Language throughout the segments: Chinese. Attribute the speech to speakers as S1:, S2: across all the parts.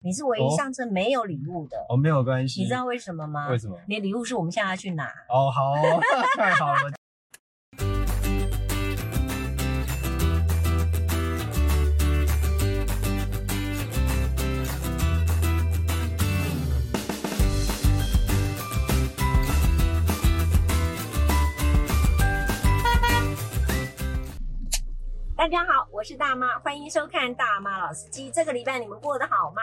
S1: 你是唯一上车没有礼物的，
S2: 哦，没有关系。
S1: 你知道为什么吗？
S2: 为什么？
S1: 你的礼物是我们下来去拿。
S2: 哦，好哦， 太好了。
S1: 大家好，我是大妈，欢迎收看《大妈老司机》。这个礼拜你们过得好吗？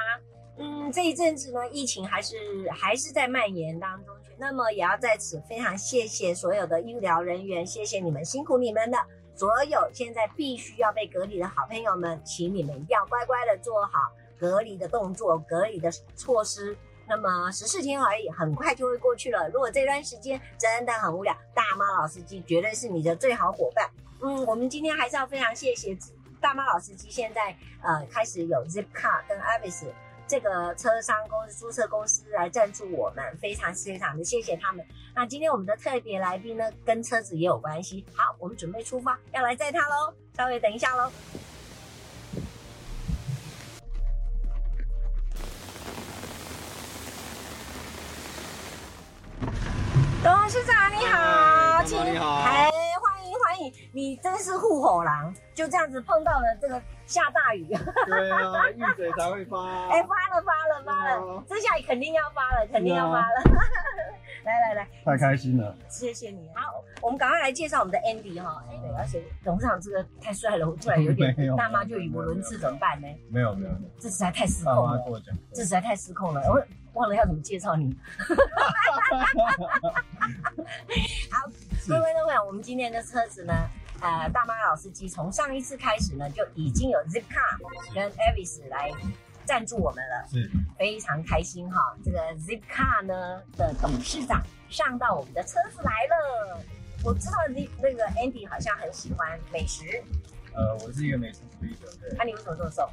S1: 嗯，这一阵子呢，疫情还是还是在蔓延当中去。那么也要在此非常谢谢所有的医疗人员，谢谢你们，辛苦你们了。所有现在必须要被隔离的好朋友们，请你们一定要乖乖的做好隔离的动作、隔离的措施。那么十四天而已，很快就会过去了。如果这段时间真的很无聊，大妈老司机绝对是你的最好伙伴。嗯，我们今天还是要非常谢谢大妈老司机，现在呃开始有 Zipcar 跟 Avis 这个车商公司、租车公司来赞助我们，非常非常的谢谢他们。那今天我们的特别来宾呢，跟车子也有关系。好，我们准备出发，要来载他喽，稍微等一下喽。董事长你好，
S2: 哎董事长你好
S1: 哎，欢迎欢迎，你真是护火狼，就这样子碰到了这个下大雨，
S2: 对啊，遇水才会发。
S1: 哎，发了发了发
S2: 对
S1: 了
S2: 啊，
S1: 这下肯定要发了，肯定要发了。 来来来，
S2: 太开心了。
S1: 谢谢你。好，我们赶快来介绍我们的 Andy 哈、哎，对，而且董事长这个太帅了，我突然有点
S2: 没有
S1: 大妈就语无伦次，怎么办呢？
S2: 没有没有，没有
S1: 这实在太失控
S2: 大妈
S1: 了，
S2: 过奖。
S1: 这实在太失控了，我忘了要怎么介绍 你。
S2: 是
S1: 各位各位，我们今天的车子呢，呃，大妈老司机从上一次开始呢，就已经有 Zipcar 跟 Avis 来赞助我们了。
S2: 是
S1: 非常开心哈、这个 Zipcar 呢的董事长上到我们的车子来了。我知道那那个 Andy 好像很喜欢美食，
S2: 呃，我是一个美食主义者，对。
S1: 那、你为什么这么瘦？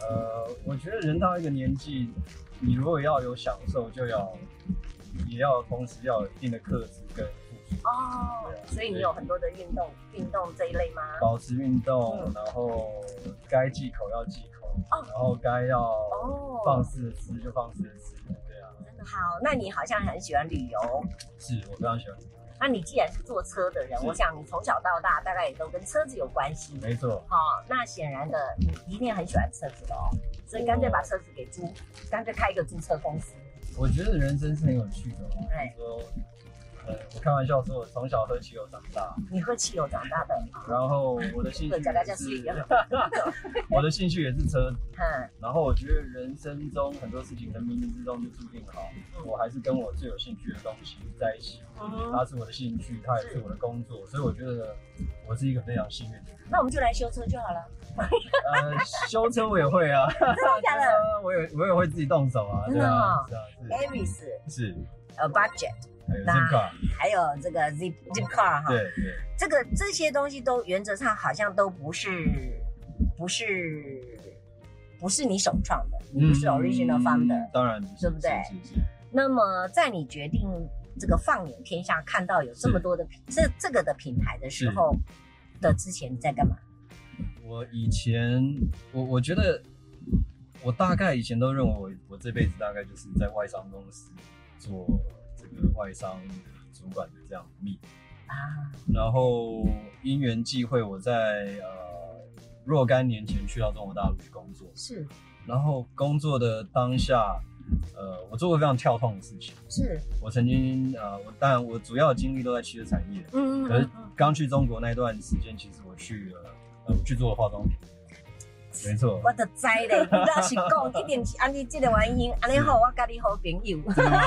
S2: 呃，我觉得人到一个年纪，你如果要有享受，就要也要同时要有一定的克制跟付出，
S1: 哦，所以你有很多的运动运动这一类吗？
S2: 保持运动
S1: 嗯，
S2: 然后该忌口要忌口，
S1: 哦
S2: 然后该要
S1: 哦，
S2: 放肆的吃就放肆的吃，对啊。
S1: 真的好，那你好像很喜欢旅游。
S2: 是我非常喜欢，
S1: 那你既然是坐车的人，
S2: 是
S1: 我想你从小到大大概也都跟车子有关系。
S2: 没错，
S1: 好、那显然的，你一定很喜欢车子的哦，所以干脆把车子给租，干脆开一个租车公司。
S2: 我觉得人生是很有趣的。
S1: 哎
S2: 比如说，呃，我开玩笑说，我从小喝汽油长大，
S1: 你喝汽油长大的，啊
S2: 然后我的兴趣
S1: 对，大
S2: 也
S1: 家是一样
S2: 是，。我的兴趣也是车。
S1: 嗯，
S2: 然后我觉得人生中很多事情的冥冥之中就注定好，
S1: 嗯
S2: 我还是跟我最有兴趣的东西在一起。
S1: 嗯
S2: 它是我的兴趣，它也是我的工作，所以我觉得我是一个非常幸运的人。
S1: 那我们就来修车就好了。
S2: 呃，修车我也会啊，真
S1: 的假的
S2: 我也我也会自己动手啊，
S1: 真
S2: 对
S1: 的
S2: 啊
S1: 哦，
S2: 是啊，
S1: Avis、
S2: 是是，
S1: 呃 Budget，
S2: 还有
S1: 那
S2: Zipcar，
S1: 还有这个 Zip Zipcar 哈，
S2: 对对。
S1: 这个这些东西都原则上好像都不是，不是，不是你首创的，你不是 original founder、
S2: 嗯嗯当然不是，
S1: 对不对
S2: 是是是
S1: 那么在你决定这个放眼天下，看到有这么多的
S2: 嗯
S1: 品这这个的品牌的时候的之前，你在干嘛？
S2: 我以前，我我觉得，我大概以前都认为我我这辈子大概就是在外商公司做这个外商主管的这样的命。
S1: 啊，
S2: 然后因缘际会，我在呃若干年前去到中国大陆去工作，
S1: 是
S2: 然后工作的当下，呃，我做过非常跳痛的事情。
S1: 是，
S2: 我曾经呃，我当然我主要的精力都在汽车产业，
S1: 嗯
S2: 可是刚去中国那段时间，其实我去了，呃，我去做了化妆品，没错，
S1: 我的知 嘞，你老实讲，一定是安尼这个原因，安尼好，我跟你好朋友，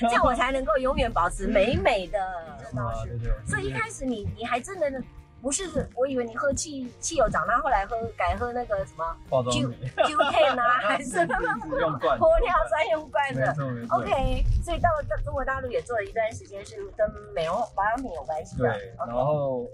S1: 这样我才能够永远保持美美的。这倒
S2: 啊
S1: 是。
S2: 对对，
S1: 所以一开始你你还真的不是，我以为你喝汽汽油长大，后来喝改喝那个什 么
S2: 化妆
S1: Q
S2: 品
S1: Q ten 啊，还是
S2: 是 是 用罐
S1: 玻尿酸用罐
S2: 没
S1: 的。
S2: 错没错
S1: OK，所以到到中国大陆也做了一段时间，是跟美容保养品有关系的。
S2: 对，然后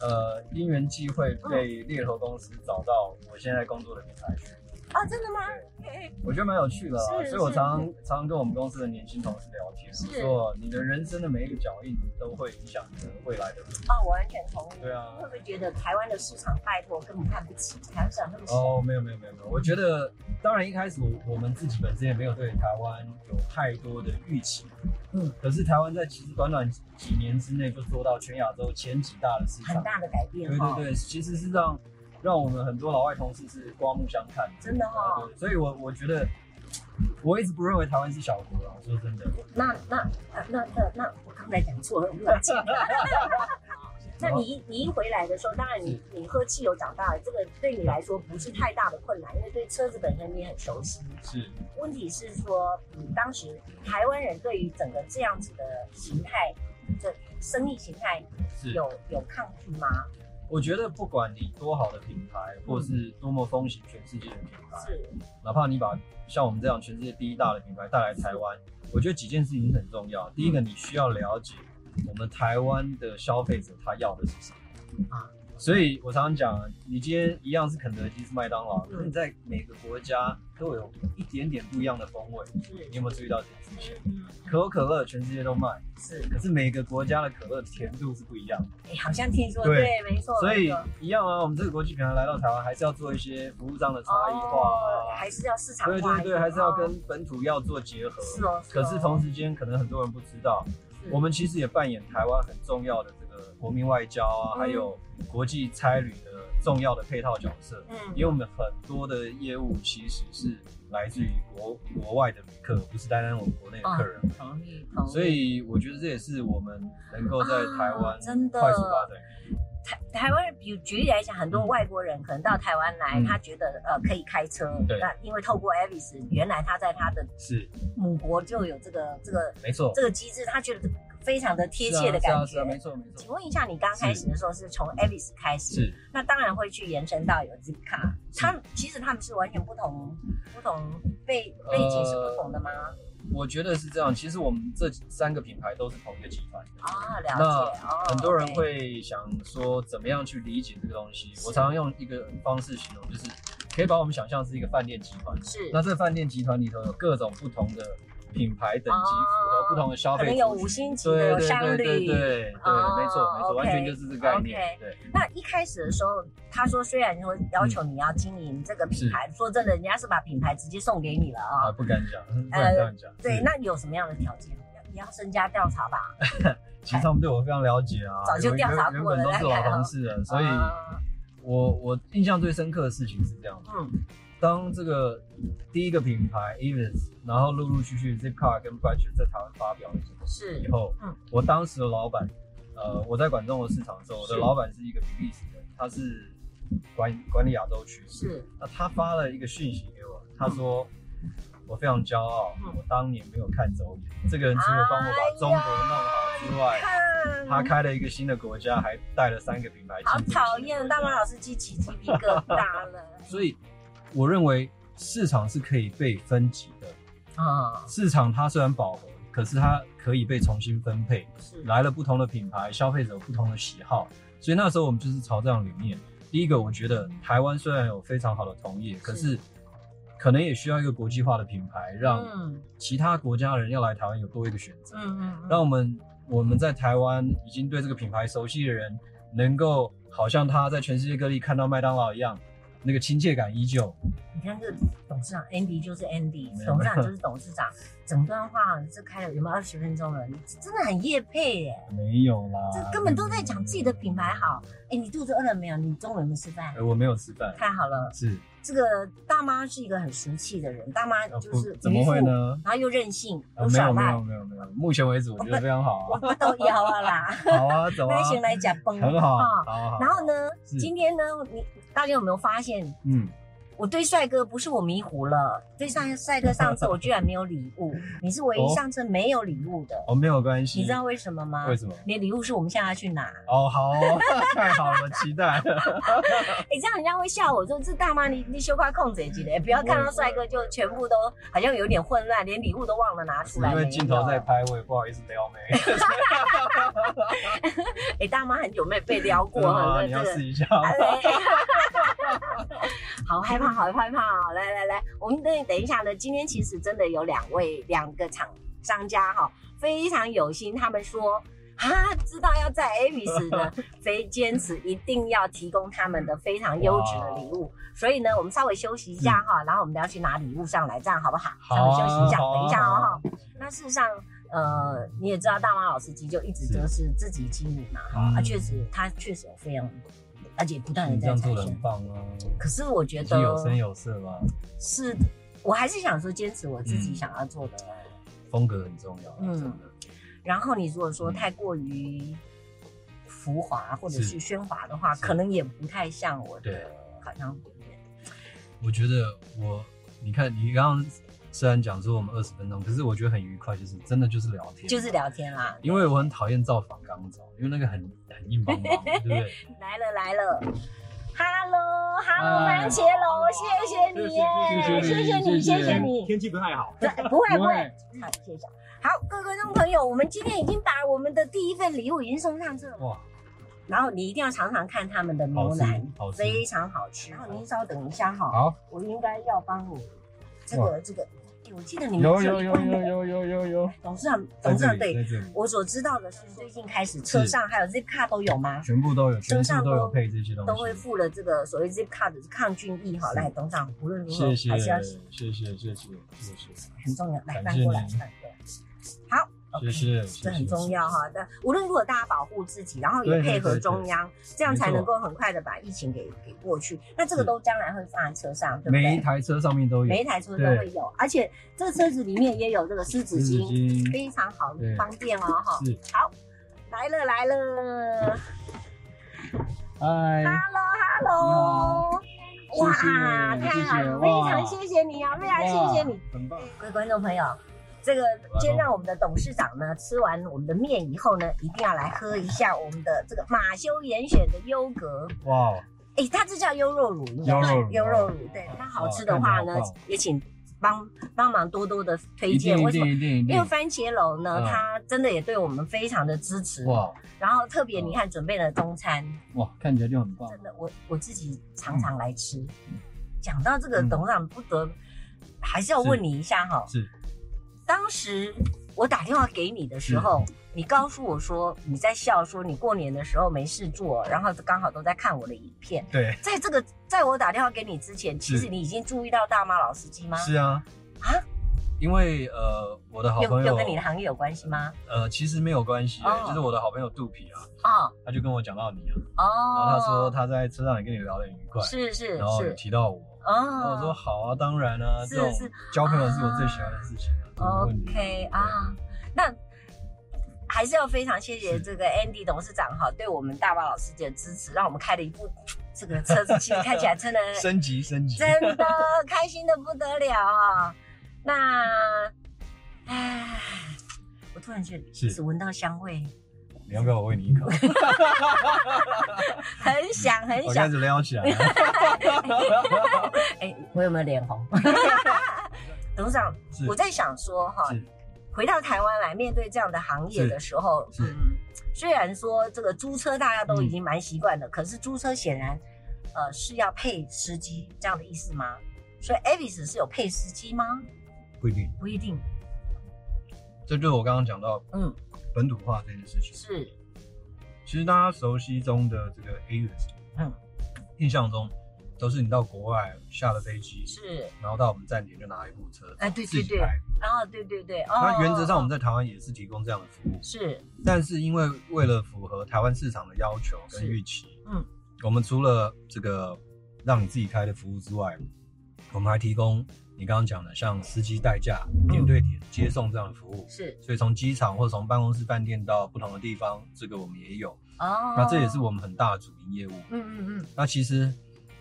S2: 呃，因缘际
S1: 嗯
S2: 会被猎头公司找到我现在工作的品牌去，
S1: 啊，真的吗？
S2: 对
S1: 嘿嘿
S2: 我觉得蛮有趣的啦，
S1: 是
S2: 所以我
S1: 是
S2: 常常常跟我们公司的年轻同事聊天，
S1: 是
S2: 我说你的人生的每一个脚印都会影响你的未来的路。
S1: 哦，我完全同意。
S2: 对啊
S1: 会不会觉得台湾的市场拜托根本看不起台湾市场那么小？
S2: 哦，没有没有没有没有，我觉得当然一开始我我们自己本身也没有对台湾有太多的预期，
S1: 嗯，
S2: 可是台湾在其实短短几几年之内就做到全亚洲前几大的市
S1: 很
S2: 场，
S1: 大的改变
S2: 对
S1: 哈、
S2: 对对，其实是让让我们很多老外同事是刮目相看，
S1: 真的哦哈、
S2: 对，所以我我觉得我一直不认为台湾是小国啊，说真的，
S1: 那那那那那那，我刚才讲错了，我们把钱。那你一你一回来的时候，当然你你喝汽油长大，这个对你来说不是太大的困难，因为对车子本身你也很熟悉。
S2: 是
S1: 问题是说，嗯，当时台湾人对于整个这样子的形态，这生意形态
S2: 是
S1: 有有抗拒吗？
S2: 我觉得不管你多好的品牌，或是多么风行全世界的品牌，
S1: 是
S2: 哪怕你把像我们这样全世界第一大的品牌带来台湾，我觉得几件事情很重要。第一个，你需要了解我们台湾的消费者他要的是什么。
S1: 啊，
S2: 所以我常常讲，你今天一样是肯德基是麦当劳，
S1: 嗯
S2: 可是你在每个国家都有一点点不一样的风味。
S1: 是
S2: 你有没有注意到这件事情？
S1: 嗯
S2: 可口可乐全世界都卖，
S1: 是，
S2: 可是每个国家的可乐甜度是不一样的。
S1: 哎，好像听说
S2: 对
S1: 对，没错，
S2: 所
S1: 没
S2: 以
S1: 错
S2: 一样啊，我们这个国际品牌来到台湾，还是要做一些服务上的差异
S1: 哦
S2: 化、啊，
S1: 还是要市场
S2: 对
S1: 化
S2: 对
S1: 一
S2: 对，
S1: 点
S2: 还是要
S1: 哦
S2: 跟本土要做结合。
S1: 是哦，
S2: 可是同
S1: 时
S2: 时间，可能很多人不知道，我们其实也扮演台湾很重要的这个国民外交啊，
S1: 嗯
S2: 还有国际差旅的重要的配套角色。
S1: 嗯
S2: 因为我们很多的业务其实是来自于国国外的旅客，不是单单我们国内的客人。
S1: 同意同意，
S2: 所以我觉得这也是我们能够在台湾
S1: 啊啊真的
S2: 快速发展。
S1: 台台湾人，比如举例来讲，很多外国人可能到台湾来，
S2: 嗯
S1: 他觉得呃可以开车，
S2: 对
S1: 那因为透过 Avis，原来他在他的
S2: 是，
S1: 母国就有这个这个
S2: 没错
S1: 这，个机制，他觉得非常的贴切的
S2: 是
S1: 感
S2: 啊是啊是啊，没
S1: 觉。
S2: 错没
S1: 请
S2: 错，
S1: 问一下，你刚开始的时候是从 Avis 开始，
S2: 是
S1: 那当然会去延伸到有 Zika，
S2: 是
S1: 他其实他们是完全不同不同背背景是不同的吗？
S2: 我觉得是这样。其实我们这三个品牌都是同一个集团的。
S1: 啊，了解哦，
S2: 呃很多人
S1: OK
S2: 会想说，怎么样去理解这个东西？
S1: 是
S2: 我常常用一个方式形容，就是可以把我们想象是一个饭店集团。
S1: 是
S2: 那这个饭店集团里头有各种不同的品牌等级，符合不同的消
S1: 哦可能
S2: 费族群。
S1: 有五星级的，
S2: 对
S1: 有
S2: 对
S1: 商
S2: 对对对
S1: 旅，
S2: 对，
S1: 哦
S2: 没错没错，
S1: OK，
S2: 完全就是这个概念。
S1: OK
S2: 对，
S1: 那一开始的时候，他说虽然说要求你要经营这个品牌，说真的，人家是把品牌直接送给你了啊、
S2: 啊，不敢讲， 不敢这样讲。
S1: 呃对，
S2: 是
S1: 那有什么样的条件？你要身家调查吧？
S2: 其实他们对我非常了解啊，
S1: 早就
S2: 原
S1: 调查
S2: 原
S1: 过了
S2: 原本都是
S1: 大
S2: 老
S1: 概啊
S2: 同事了，所以
S1: 啊
S2: 我我印象最深刻的事情是这样的：
S1: 嗯，
S2: 当这个第一个品牌 Evans，然后陆陆续续 Zipcar 跟 b r a d g e 在台湾发表
S1: 是
S2: 以后，
S1: 嗯
S2: 我当时的老板，呃，我在管中国市场的时候，我的
S1: 是
S2: 老板是一个比利时人，他是管管理亚洲区，
S1: 是
S2: 那他发了一个讯息给我，他说。我非常骄傲，
S1: 嗯
S2: 我当年没有看走眼。这个人除了帮我把中国弄好之
S1: 哎
S2: 外，
S1: 看，
S2: 他开了一个新的国家，还带了三个品牌。
S1: 好讨厌，大马老师鸡起鸡皮疙瘩 了
S2: 所以我认为市场是可以被分级的。
S1: 啊！
S2: 市场它虽然饱和，可是它可以被重新分配，
S1: 是
S2: 来了不同的品牌，消费者有不同的喜好。所以那时候我们就是朝这样理念。第一个，我觉得台湾虽然有非常好的同业，可是可能也需要一个国际化的品牌，让
S1: 嗯
S2: 其他国家人要来台湾有多一个选择。
S1: 嗯嗯，
S2: 让我们我们在台湾已经对这个品牌熟悉的人，能够好像他在全世界各地看到麦当劳一样，那个亲切感依旧。
S1: 你看这董事长 Andy 就是 Andy，
S2: 没有
S1: 董事长就是董事长，整段话这开了有没有二十分钟了？你真的很业配耶、
S2: 没有啦，
S1: 这根本都在讲自己的品牌。好。哎，你肚子饿了没有？你中午有没有吃饭
S2: 哎、？我没有吃饭，
S1: 太好了，
S2: 是
S1: 这个大妈是一个很俗气的人，大妈
S2: 呃
S1: 就
S2: 不
S1: 是
S2: 怎么
S1: 渔夫
S2: 会？呢？
S1: 然后又任性，
S2: 啊
S1: 又
S2: 没
S1: 耍
S2: 有没
S1: 赖
S2: 有，没有没有，目前为止我觉得非常好
S1: 我
S2: 啊，
S1: 们都要啊啦，
S2: 好啊，走啊
S1: 那，先来讲崩
S2: 很好，好
S1: 啊。
S2: 好好。
S1: 然后？呢，
S2: 是
S1: 今天呢，你大家有没有发现，
S2: 嗯，
S1: 我对帅哥不是我迷糊了，对上帅哥上次我居然没有礼物，你是唯一上次没有礼物的，
S2: 哦哦，没有关系，
S1: 你知道为什么吗？
S2: 为什么？
S1: 你的礼物是我们现在要去拿，
S2: 哦，好哦，太好了，期待。
S1: 哎、这样人家会笑我说这大妈你你羞夸控制级的，不要看到帅哥就全部都好像有点混乱，连礼物都忘了拿出
S2: 是
S1: 来。
S2: 因为镜头在
S1: 哎、
S2: 拍，我也不好意思撩 妹。
S1: 哎诶大妈很久没被撩过
S2: 对吗啊
S1: 了，
S2: 你要
S1: 这个
S2: 哦试一下。
S1: 哎好害怕，好害怕哦！来来来，我们等等一下呢。今天其实真的有两位两个厂商家哈、非常有心，他们说啊，知道要在 Avis 呢，非坚持一定要提供他们的非常优质的礼物。所以呢，我们稍微休息一下哈、然后我们要去拿礼物上来，这样好不好？
S2: 好
S1: 稍微
S2: 啊
S1: 休息一下，
S2: 好啊
S1: 等一下哦
S2: 好
S1: 哈
S2: 啊。
S1: 那事实上，呃，你也知道，大妈老司机就一直
S2: 是
S1: 都是自己经营嘛，哈、
S2: 嗯
S1: 啊，确实，他确实有非常，而且不断的
S2: 你这
S1: 在
S2: 样
S1: 产
S2: 做的很
S1: 生。
S2: 棒啊，
S1: 哎可是我觉
S2: 已经有声
S1: 得
S2: 有色嘛，
S1: 是，我还是想说坚持我自己
S2: 嗯
S1: 想要做的。
S2: 风格很重要啊，
S1: 嗯
S2: 真的。
S1: 然后你如果说
S2: 嗯
S1: 太过于浮华或者
S2: 是
S1: 是喧哗的话，
S2: 是
S1: 可能也不太像我
S2: 对
S1: 的，好像
S2: 我觉得我，你看你刚刚虽然讲说我们二十分钟，可是我觉得很愉快，就是真的就是聊天，
S1: 就是。聊天啦。
S2: 因为我很讨厌造访纲照，因为那个很很硬邦邦，对不对？
S1: 来了来了。Hello，Hello，
S2: 嗨
S1: 番茄喽，谢谢你耶，
S3: 谢
S1: 谢
S3: 谢
S1: 你，谢谢你，
S3: 天气不太好，
S1: 对，不会
S3: 不
S1: 不会
S3: 会，
S1: 好，谢谢。好，各位观众朋友，我们今天已经把我们的第一份礼物已经送上这了，
S2: 哇，
S1: 然后你一定要尝尝看他们的牛
S2: 好吃
S1: 腩，
S2: 好吃
S1: 非常好吃。然后您稍等一下哈，
S2: 好，
S1: 我应该要帮你这个这个，哎我记得你们
S3: 有
S1: 只
S3: 有
S1: 一
S3: 有
S1: 罐的
S3: 有有有有有，
S1: 董事长
S2: 在
S1: 董事
S2: 这
S1: 长
S2: 里，
S1: 对
S2: 在这里，
S1: 我所知道的是，最近开始车上还有 Zip Car 都有吗？
S2: 全部都有，全
S1: 身上
S2: 部
S1: 都
S2: 都有配这些东西，
S1: 都会附了这个所谓 Zip Car 的抗菌液哈，
S2: 是
S1: 来，董事长无论如何
S2: 谢谢
S1: 还是要
S2: 谢谢谢谢
S1: 嗯
S2: 谢谢
S1: 很重要，来
S2: 感
S1: 翻
S2: 谢
S1: 过来，
S2: 您
S1: 翻过来，好，OK，
S2: 谢谢，
S1: 这很重要哈。但无论如何，大家保护自己，然后也
S2: 对对
S1: 配合
S2: 对对
S1: 中央，这样才
S2: 没错
S1: 能够很快的把疫情给给过去。那这个
S2: 是
S1: 都将来会放在车上，对不
S2: 每一
S1: 对？
S2: 台车上面都有
S1: 每一台车都会有，而且这个车子里面也有这个湿纸
S2: 湿纸
S1: 巾，
S2: 巾，
S1: 非常好
S2: 对
S1: 方便哦哈。
S2: 是
S1: 来了来了
S3: 哎，
S1: ，Hello Hello，哇，
S3: 谢谢
S1: 太好了，
S3: 谢谢
S1: 非
S3: 哇
S1: 常谢谢你啊，非常谢谢你，
S3: 很棒，
S1: 各位观众朋友，这个今天让我们的董事长呢吃完我们的面以后呢，一定要来喝一下我们的这个马修严选的优格。
S2: 哇，哦
S1: 哎，它这叫优酪乳，你知道
S2: 优
S1: 吗
S2: 酪乳
S1: 优酪乳，对，它好吃的
S2: 哇
S1: 话
S2: 看起
S1: 呢
S2: 来好棒，
S1: 也请帮帮忙多多的推
S2: 一
S1: 荐。
S2: 定一
S1: 为什么
S2: 定？一定一
S1: 因为
S2: 定，
S1: 番茄楼呢，
S2: 嗯
S1: 它真的也对我们非常的支持。
S2: 哇
S1: 然后特别你
S2: 嗯
S1: 看准备了中餐，
S2: 哇，看起来就很棒，
S1: 真的，我我自己常常来吃。讲到这个，
S2: 嗯
S1: 董事长不得还是要问你一下哈，
S2: 是
S1: 当时我打电话给你的时候，你告诉我说你在笑，说你过年的时候没事做，然后刚好都在看我的影片。
S2: 对，
S1: 在这个，在我打电话给你之前，其实你已经注意到大妈老司机吗？
S2: 是啊
S1: 啊，
S2: 因为呃，我的好
S1: 有
S2: 朋友
S1: 有跟你的行业有关系吗？
S2: 呃，其实没有关系、
S1: 哦
S2: 就是我的好朋友肚皮啊，
S1: 哦
S2: 他就跟我讲到你啊，然后
S1: 哦，
S2: 他说他在车上也跟你聊得很愉快，
S1: 是是
S2: 然后有
S1: 是，
S2: 提到我，然后
S1: 哦
S2: 我说好啊，当然啊，
S1: 是
S2: 这种
S1: 是哦
S2: 交朋友是我最喜欢的事情啊，这没问题
S1: OK 啊，那还是要非常谢谢
S2: 是
S1: 这个 Andy 董事长哈，对我们大巴老师的支持，让我们开了一部这个车子，其实看起来真 的
S2: 升级升级，
S1: 真的开心的不得了啊、那，唉，我突然觉得
S2: 是
S1: 只闻到香味，
S2: 你要不要我喂你一口？
S1: 很想很
S2: 我
S1: 想
S2: 开。始撩起来 了，
S1: 哎、我有没有脸红？ 董事长，
S2: 是
S1: 我在想说哈
S2: 是，
S1: 回到台湾来面对这样的行业的时候，
S2: 是是
S1: 嗯，虽然说这个租车大家都已经蛮习惯的，可是租车显然，呃，是要配司机这样的意思吗？所以 Avis 是有配司机吗？
S2: 不一定，
S1: 不一定，
S2: 这就是我刚刚讲到
S1: 嗯，
S2: 本土化这件事情。
S1: 是，
S2: 其实大家熟悉中的这个 A 元，
S1: 嗯，
S2: 印象中都是你到国外下了飞机，
S1: 是，
S2: 然后到我们站点就拿一部车，
S1: 哎对对
S2: 自己
S1: 对
S2: 开
S1: 然后对对对，哦，
S2: 那原则上我们
S1: 在
S2: 在台湾也是提供这样的服务，
S1: 是
S2: 但是因为为了符合台湾市场的要求跟
S1: 是
S2: 预期，
S1: 嗯，
S2: 我们除了这个让你自己开的服务之外，我们还提供你刚刚讲的像司机代驾、
S1: 嗯
S2: 点对点接送这样的服务。
S1: 是，
S2: 所以从机场或从办公室、饭店到不同的地方，这个我们也有。
S1: 哦，
S2: 那这也是，我们很大的主营业务。
S1: 嗯嗯
S2: 那其实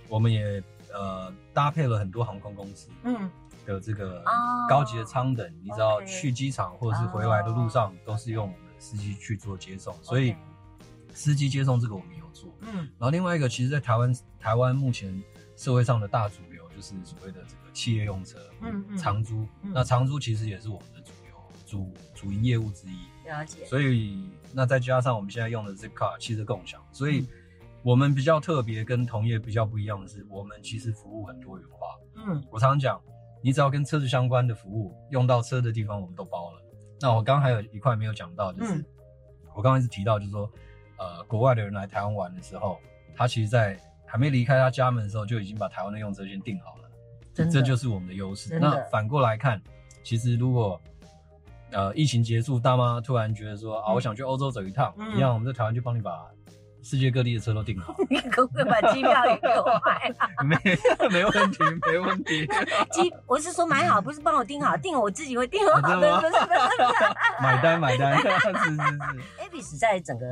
S2: 我们也呃搭配了很多航空公司
S1: 嗯嗯，
S2: 的这个
S1: 哦
S2: 高级的舱等，你只要
S1: OK
S2: 去机场或者是回来的路上，都是用我们的司机去做接送，所以
S1: 哦 OK
S2: 司机接送这个我们有做。
S1: 嗯，
S2: 然后另外一个，其实，在台湾台湾目前社会上的大主流就是所谓的这个企业用车，
S1: 嗯嗯
S2: 长租。
S1: 嗯
S2: 那长租其实也是我们的主流主主营业务之一。
S1: 了解，嗯
S2: 所以那再加上我们现在用的 Zipcar 汽车共享，所以我们比较特别，跟同业比较不一样的是，我们其实服务很多元化。
S1: 嗯
S2: 我常常讲，你只要跟车子相关的服务，用到车的地方，我们都包了。那我刚刚还有一块没有讲到，就是、
S1: 嗯
S2: 我刚刚一直提到，就是说，呃，国外的人来台湾玩的时候，他其实，在还没离开他家门的时候，就已经把台湾的用车先定好了。
S1: 真的
S2: 这就是我们的优势。
S1: 真的
S2: 那反过来看，其实如果呃疫情结束，大妈突然觉得说啊，
S1: 嗯
S2: 我想去欧洲走一趟，
S1: 嗯
S2: 一样，我们在台湾就帮你把世界各地的车都订好，
S1: 你可不可以把机票也给我买了？
S2: 没没问题，没问题。
S1: 机我是说买好，不是帮我订好，订我自己会订好
S2: 啊真
S1: 的，
S2: 的吗
S1: 不是不是。
S2: 买单 买单，是是是。
S1: Avis 在整个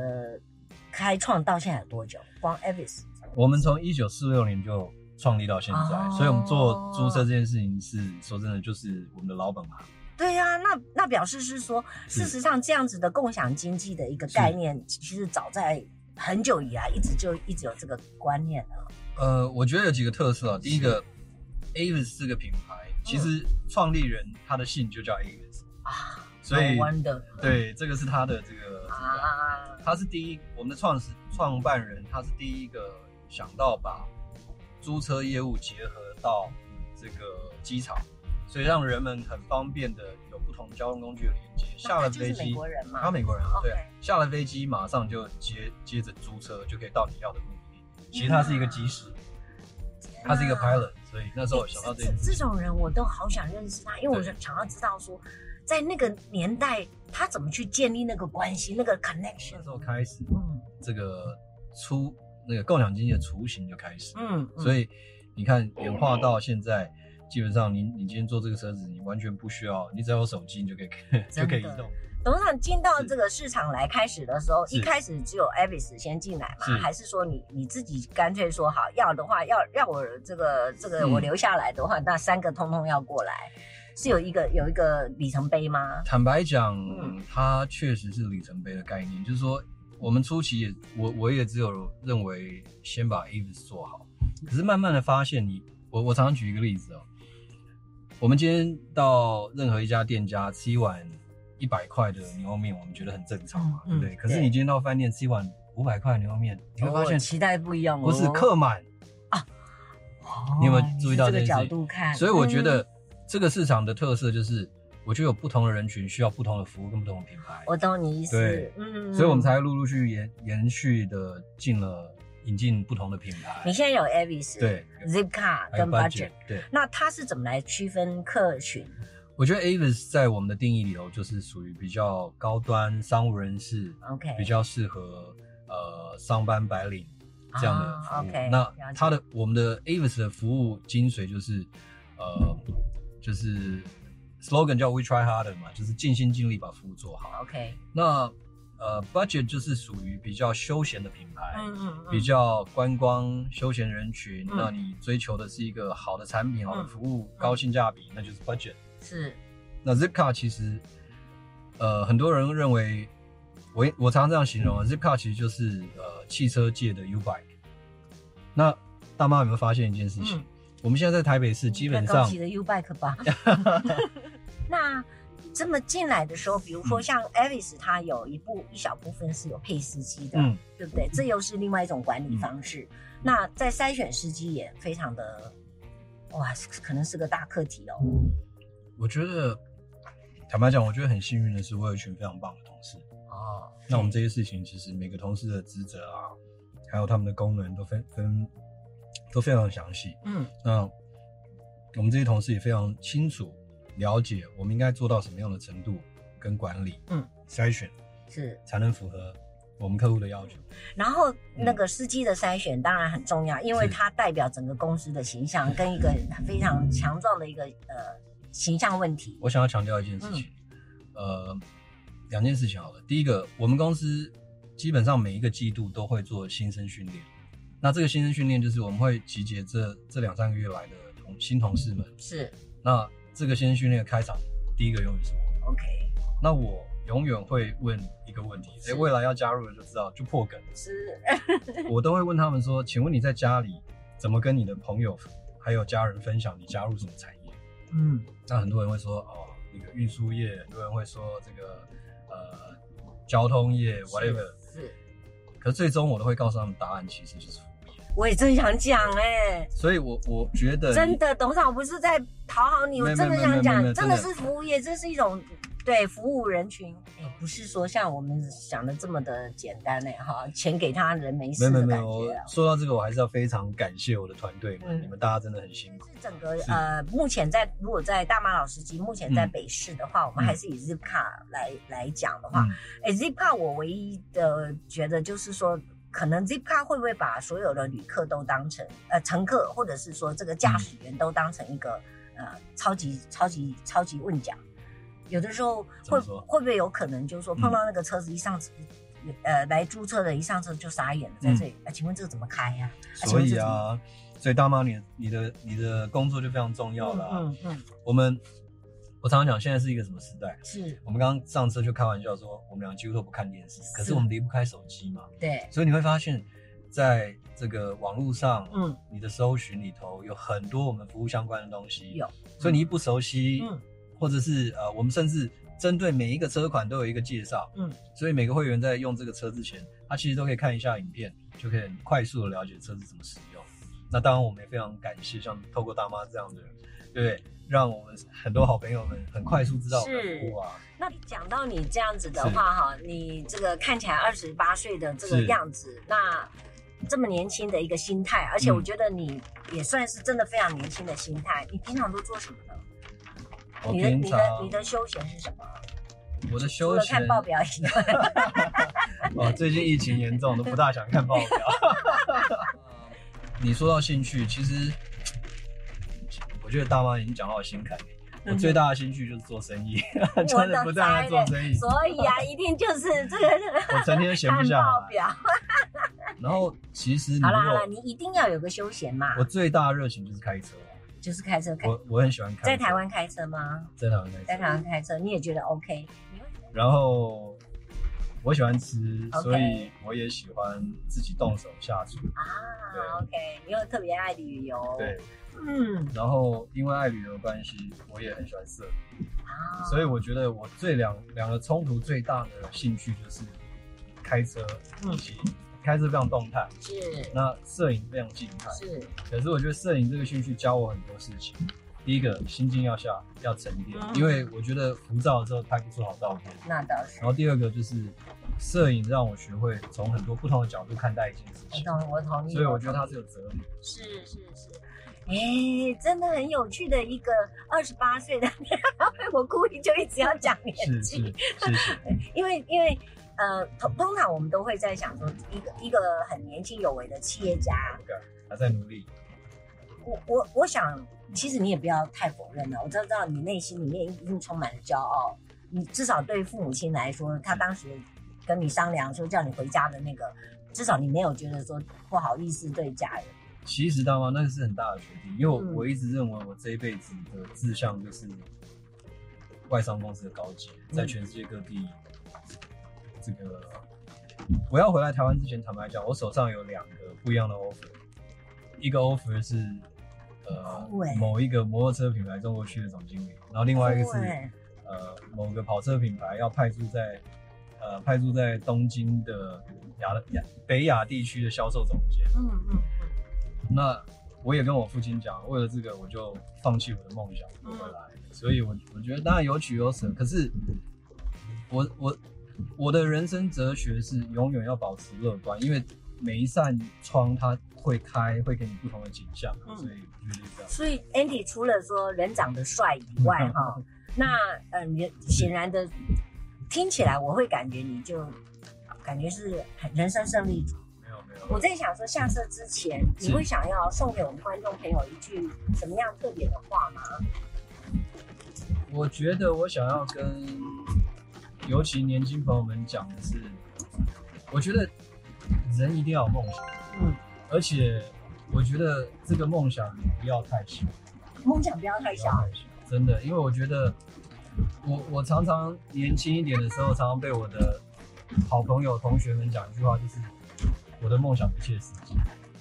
S1: 开创到现在有多久？光 Avis
S2: 我们从一九四六年就创立到现在，
S1: 哦
S2: 所以我们做租车这件事情是说真的，就是我们的老本行。
S1: 对呀、那那表示是说，
S2: 是
S1: 事实上这样子的共享经济的一个概念，其实早在很久以来一直就一直有这个观念了。
S2: 呃，我觉得有几个特色啊，第一个，Avis 这个品牌，其实创立人他的姓就叫 Avis 啊，所以
S1: No wonder
S2: 对，这个是他的这个，
S1: 啊，
S2: 他是第一，我们的创始创办人，他是第一个想到把租车业务结合到这个机场，所以让人们很方便的有不同交通工具的连接。下
S1: 那
S2: 了
S1: 他就是
S2: 飞机，
S1: 美国人嘛
S2: 他美国人啊，对
S1: OK，
S2: 下了飞机马上就接接着租车就可以到你要的目的地。其实他是一个机师，他是一个 pilot，所以那时候我想到这
S1: 这
S2: 件事
S1: 嗯这
S2: 情。
S1: 种人我都好想认识他，因为我
S2: 对
S1: 想要知道说，在那个年代他怎么去建立那个关系，那个 connection
S2: 那。时候开始，
S1: 嗯
S2: 这个出那个共享经济的雏形就开始了。
S1: 嗯，
S2: 所
S1: 以
S2: 以你看演化到现在，基本上你你今天做这个车子，你完全不需要，你只要有手机你就可以 就可以移动。
S1: 董事长进到
S2: 是
S1: 这个市场来开始的时候，
S2: 是
S1: 一开始只有 Avis 先进来嘛，
S2: 是
S1: 还是说你你自己干脆说好要的话，要要我这个这个
S2: 嗯
S1: 我留下来的话，那三个通通要过来，是有一个有一个里程碑吗？
S2: 坦白讲，
S1: 嗯
S2: 它确实是里程碑的概念，就是说我们初期也我我也只有认为先把 Avis 做好，可是慢慢的发现你，我我常常举一个例子哦，我们今天到任何一家店家吃一碗一百块的牛肉面，我们觉得很正常嘛，
S1: 嗯
S2: 对不
S1: 嗯
S2: 对？可是
S1: 对
S2: 你今天到饭店吃一碗五百块的牛肉面，你会发现
S1: 哦期待不一样哦，
S2: 不是客满。
S1: 哦，
S2: 你有没有注意到
S1: 你是这个
S2: 这件
S1: 角
S2: 事
S1: 度看？
S2: 所以我觉
S1: 嗯
S2: 得这个市场的特色就是，我觉得有不同的人群需要不同的服务跟不同的品牌，
S1: 我懂你意思
S2: 对，
S1: 嗯
S2: 所以我们才会陆陆续续延延续的进了引进不同的品牌
S1: 你，现在有 Avis
S2: 对
S1: Zipcar
S2: 还有
S1: 跟 Budget，
S2: 对，
S1: 那它是怎么来区分客群？
S2: 我觉得 Avis 在我们的定义里头就是属于比较高端商务人士，
S1: OK，
S2: 比较适合呃上班白领这样的服务。
S1: 啊，OK，了解
S2: 那它的我们的 Avis 的服务精髓就是呃就是 slogan 叫 We Try Harder 嘛，就是尽心尽力把服务做好。
S1: OK，
S2: 那呃，budget 就是属于比较休闲的品牌，
S1: 嗯嗯，嗯
S2: 比较观光休闲人群。
S1: 嗯
S2: 那你追求的是一个好的产品、好的服务、高性价比，那就是 budget。
S1: 是
S2: 那 Zipcar 其实，呃，很多人认为，我我常常这样形
S1: 嗯
S2: 容啊，Zipcar 其实就是呃汽车界的 U Bike。那大妈有没有发现一件事情？
S1: 嗯
S2: 我们现在在台北市，基本
S1: 那高
S2: 上
S1: 级的 U Bike 吧。 那这么进来的时候，比如
S2: 嗯
S1: 说像 Avis，它有一部一小部分是有配司机的，
S2: 嗯，
S1: 对不对？这又是另外一种管理方式。那在筛选司机也非常的，哇，可能是个大课题哦。
S2: 我觉得坦白讲，我觉得很幸运的是，我有一群非常棒的同事。
S1: 哦，
S2: 那我们这些事情，其实每个同事的职责啊，还有他们的功能都分分都非常详细。
S1: 嗯
S2: 那我们这些同事也非常清楚了解，我们应该做到什么样的程度跟管理，
S1: 嗯，
S2: 筛选
S1: 是，
S2: 才能符合我们客户的要求。
S1: 然后那个司机的筛选当然很重要，因为
S2: 嗯是
S1: 它代表整个公司的形象跟一个非常强壮的一个呃形象问题。
S2: 我想要强调一件事
S1: 嗯
S2: 情，呃，两件事情好了。第一个，我们公司基本上每一个季度都会做新生训练，那这个新生训练就是我们会集结这这两三个月来的同新同事们。
S1: 是
S2: 那这个先训练的开场，第一个永远是我。
S1: OK，
S2: 那我永远会问一个问题，诶、
S1: 是
S2: 未来要加入的就知道，就破梗。
S1: 是
S2: 我都会问他们说，请问你在家里怎么跟你的朋友还有家人分享你加入什么产业？
S1: 嗯
S2: 那很多人会说，哦，那个运输业，很多人会说这个呃交通业，whatever。
S1: 是。
S2: 可是最终我都会告诉他们答案其实就是服务业。
S1: 我也真想讲哎、
S2: 所以我我觉得
S1: 真的，董事长我不是在讨好你，
S2: 没
S1: 我
S2: 有
S1: 真的
S2: 没有没
S1: 想
S2: 有
S1: 讲
S2: 没，有
S1: 真的
S2: 真
S1: 是服务业，这是一种对服务人群，哎、不是说像我们想的这么的简单哎、哈，钱给他人没
S2: 没
S1: 事
S2: 有没
S1: 的
S2: 有没
S1: 感
S2: 有
S1: 觉、啊。。
S2: 说到这个，我还是要非常感谢我的团队们，
S1: 嗯
S2: 你们大家真的很辛苦。
S1: 是整个
S2: 是
S1: 呃，目前在如果在大马老司机，目前在
S2: 嗯
S1: 北市的话，我们
S2: 嗯
S1: 还是以 Zipcar 来来讲的话
S2: 嗯，，
S1: 哎、z i p c a r 我唯一的觉得就是说，可能 Zipcar 会不会把所有的旅客都当成呃乘客，或者是说这个
S2: 嗯
S1: 驾驶员都当成一个呃超级超级超级问奖？有的时候
S2: 怎
S1: 会
S2: 么说嗯
S1: 会不会有可能就是说碰到那个车子一上车，呃来租车的一上车就傻眼了，在这里，啊，请问这个怎么开呀、啊？
S2: 嗯所以
S1: 请问这个怎么，
S2: 啊，所以大妈你，你的你的工作就非常重要了、啊。
S1: 嗯嗯
S2: 我们我常常讲，现在是一个什么时代？
S1: 是
S2: 我们刚刚上车就开玩笑说，我们俩几乎都不看电视，可
S1: 是
S2: 是我们离不开手机嘛。
S1: 对，
S2: 所以你会发现，在这个网络上，
S1: 嗯
S2: 你的搜寻里头有很多我们服务相关的东西。
S1: 有，
S2: 所以你一不熟悉，
S1: 嗯
S2: 或者是呃，我们甚至针对每一个车款都有一个介绍。
S1: 嗯，
S2: 所以每个会员在用这个车之前，他其实都可以看一下影片，就可以很快速的了解车子怎么使用。那当然，我们也非常感谢像透过大妈这样的人，对不对？让我们很多好朋友们很快速知道我们的服务啊。
S1: 那讲到你这样子的话哈，你这个看起来二十八岁的这个
S2: 是
S1: 样子，那这么年轻的一个心态，而且
S2: 嗯
S1: 我觉得你也算是真的非常年轻的心态。你平常都做什么呢？
S2: 我
S1: 你的
S2: 平
S1: 你
S2: 常
S1: 的你的休闲是什么？
S2: 我的
S1: 除
S2: 休
S1: 了看
S2: 闲
S1: 报表以 外，
S2: 哦，最近疫情严重，都不大想看报表。 你说到兴趣，其实我觉得大妈已经讲到我心坎里。
S1: 嗯
S2: 我最大的兴趣就是做生意， 真的不断在做生意，
S1: 所以啊，一定就是这个
S2: 我成天闲不
S1: 看
S2: 下
S1: 报
S2: 来。
S1: 表。
S2: 然后其实你如
S1: 好啦好啦，
S2: 果
S1: 你一定要有个休闲嘛
S2: 我，最大的热情就是开车，啊
S1: 就是开车开。
S2: 我我很喜欢开车。
S1: 在台湾开车吗？
S2: 在台湾
S1: 在
S2: 开车，
S1: 台湾开车，你也觉得 OK？
S2: 然后我喜欢吃，
S1: OK
S2: 所以我也喜欢自己动手下厨。
S1: 啊，OK，你又特别爱旅游，
S2: 对，
S1: 嗯，
S2: 然后因为爱旅游的关系，我也很喜欢摄影。
S1: 啊，
S2: 所以我觉得我最两两个冲突最大的兴趣就是开车，
S1: 嗯
S2: 以及开车非常动态，
S1: 是
S2: 那摄影非常静态。
S1: 是，
S2: 可是我觉得摄影这个兴趣教我很多事情。第一个，心境要下，要沉淀，
S1: 嗯
S2: 因为我觉得浮躁之后拍不出好照片。
S1: 那倒是
S2: 然。后第二个就是，摄影让我学会从很多不同的角度看待一件事
S1: 我
S2: 情，
S1: 同我同意，
S2: 所以我觉得它是有哲理。
S1: 是是是，哎，真的很有趣的一个二十八岁的，我故意就一直要讲年
S2: 是是
S1: 纪，
S2: 是是，
S1: 因为因为呃，通通常我们都会在想说，一个一个很年轻有为的企业家，
S2: 还在努力。
S1: 我我我想，其实你也不要太否认了。我知道，知道你内心里面一定充满了骄傲。你至少对父母亲来说，他当时跟你商量说叫你回家的那个，至少你没有觉得说不好意思对家人。
S2: 其实大妈那个是很大的决定，因为我、
S1: 嗯
S2: 我一直认为我这一辈子的志向就是外商公司的高级，在全世界各地。这个我要回来台湾之前，坦白讲，我手上有两个不一样的 offer，一个 offer 是呃
S1: 酷欸
S2: 某一个摩托车品牌中国区的总经理，然后另外一个是
S1: 对
S2: 呃某个跑车品牌要派驻在呃派驻在东京的亚亚北亚地区的销售总监。
S1: 嗯嗯
S2: 那我也跟我父亲讲，为了这个我就放弃我的梦想不回来，
S1: 嗯
S2: 所以我我觉得当然有取有舍，可是我我我的人生哲学是永远要保持乐观，因为每一扇窗它会开，会给你不同的景象，
S1: 嗯
S2: 所以我觉得这样。
S1: 所以 Andy 除了说人长得帅以外，哈，
S2: 嗯
S1: 那呃，你显然的听起来，我会感觉你就感觉是很人生胜利组。
S2: 没有没有，
S1: 我在想说，下车之前，
S2: 是
S1: 你会想要送给我们观众朋友一句什么样特别的话吗？
S2: 我觉得我想要跟，尤其年轻朋友们讲的是，我觉得人一定要有梦想，
S1: 嗯，
S2: 而且我觉得这个梦想你不要太小。
S1: 梦想不要太小。啊
S2: 真的，因为我觉得我我常常年轻一点的时候，常常被我的好朋友、同学们讲一句话，就是我的梦想不切实际，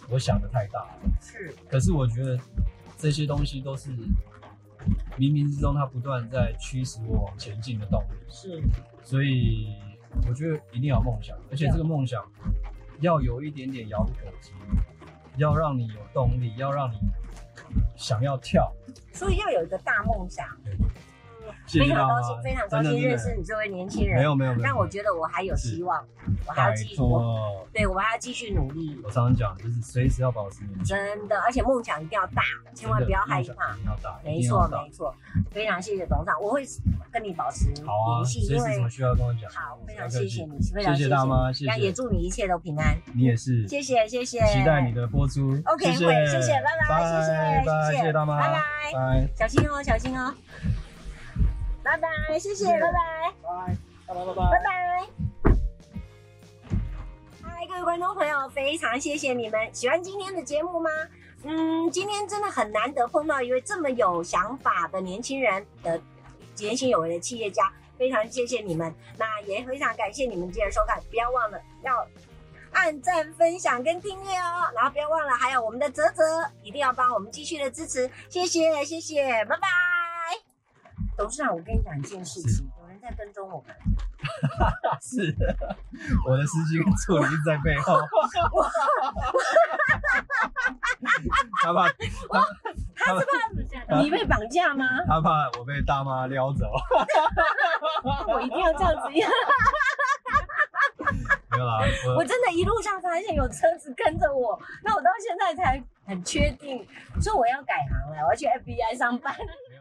S2: 我想的太大了。
S1: 是，
S2: 可是我觉得这些东西都是冥冥之中它不断在驱使我往前进的动力，
S1: 是，
S2: 所以我觉得一定要有梦想，而且这个梦想要有一点点遥不可及，要让你有动力，要让你想要跳。
S1: 所以要有一个大梦想。
S2: 对
S1: 嗯，
S2: 谢谢
S1: 非常
S2: 大
S1: 高
S2: 妈
S1: 兴，非常高
S2: 真
S1: 兴
S2: 的真的
S1: 认识你这位年轻
S2: 没
S1: 人，
S2: 有没有没有，
S1: 让我觉得我还有希望，我还要
S2: 拜
S1: 继续，我
S2: 托，
S1: 对我还要继续努力，
S2: 我常常讲，就是随时要保持年轻，
S1: 真的，而且梦想一定要大，千万不要害怕。
S2: 一定要打，
S1: 没
S2: 一定
S1: 错
S2: 要，打
S1: 没错，非常谢谢董事长，我会跟你保持
S2: 好啊，
S1: 联系，
S2: 随
S1: 因
S2: 时
S1: 为
S2: 什么需要跟我讲。
S1: 好，非
S2: 不
S1: 常
S2: 要客
S1: 谢
S2: 气
S1: 谢你，非常谢
S2: 谢谢
S1: 你
S2: 大妈谢谢
S1: 那也祝你一切都平安，
S2: 你也是，期
S1: 谢谢谢谢，
S2: 待你的播出。
S1: OK，
S2: 谢谢，
S1: 会谢谢拜拜谢谢
S2: 拜拜，
S1: 谢谢
S2: 谢谢大妈，
S1: 拜拜
S2: 拜。
S1: 小心哦，小心哦，拜拜，谢谢，
S2: 谢谢
S1: 拜拜，
S2: 拜拜拜
S1: 拜拜。嗨，各位观众朋友，非常谢谢你们喜欢今天的节目吗？嗯，今天真的很难得碰到一位这么有想法的年轻人的年轻有为的企业家，非常谢谢你们，那也非常感谢你们今天的收看，不要忘了要按赞、分享跟订阅哦，然后不要忘了还有我们的泽泽，一定要帮我们继续的支持，谢谢谢谢，拜拜。董事长，我跟你讲一件事情，有人在跟踪我们。
S2: 是， 我的司机跟助理一直在背 后。他怕他
S1: 你被绑架吗？
S2: 他怕我被大妈撩走，
S1: 我一定要这样子，因为
S2: 没有啦，
S1: 我
S2: 我
S1: 真的一路上发现有车子跟着我，那我到现在才很确定，所以我要改行了，我要去 FBI 上班。
S2: 没有。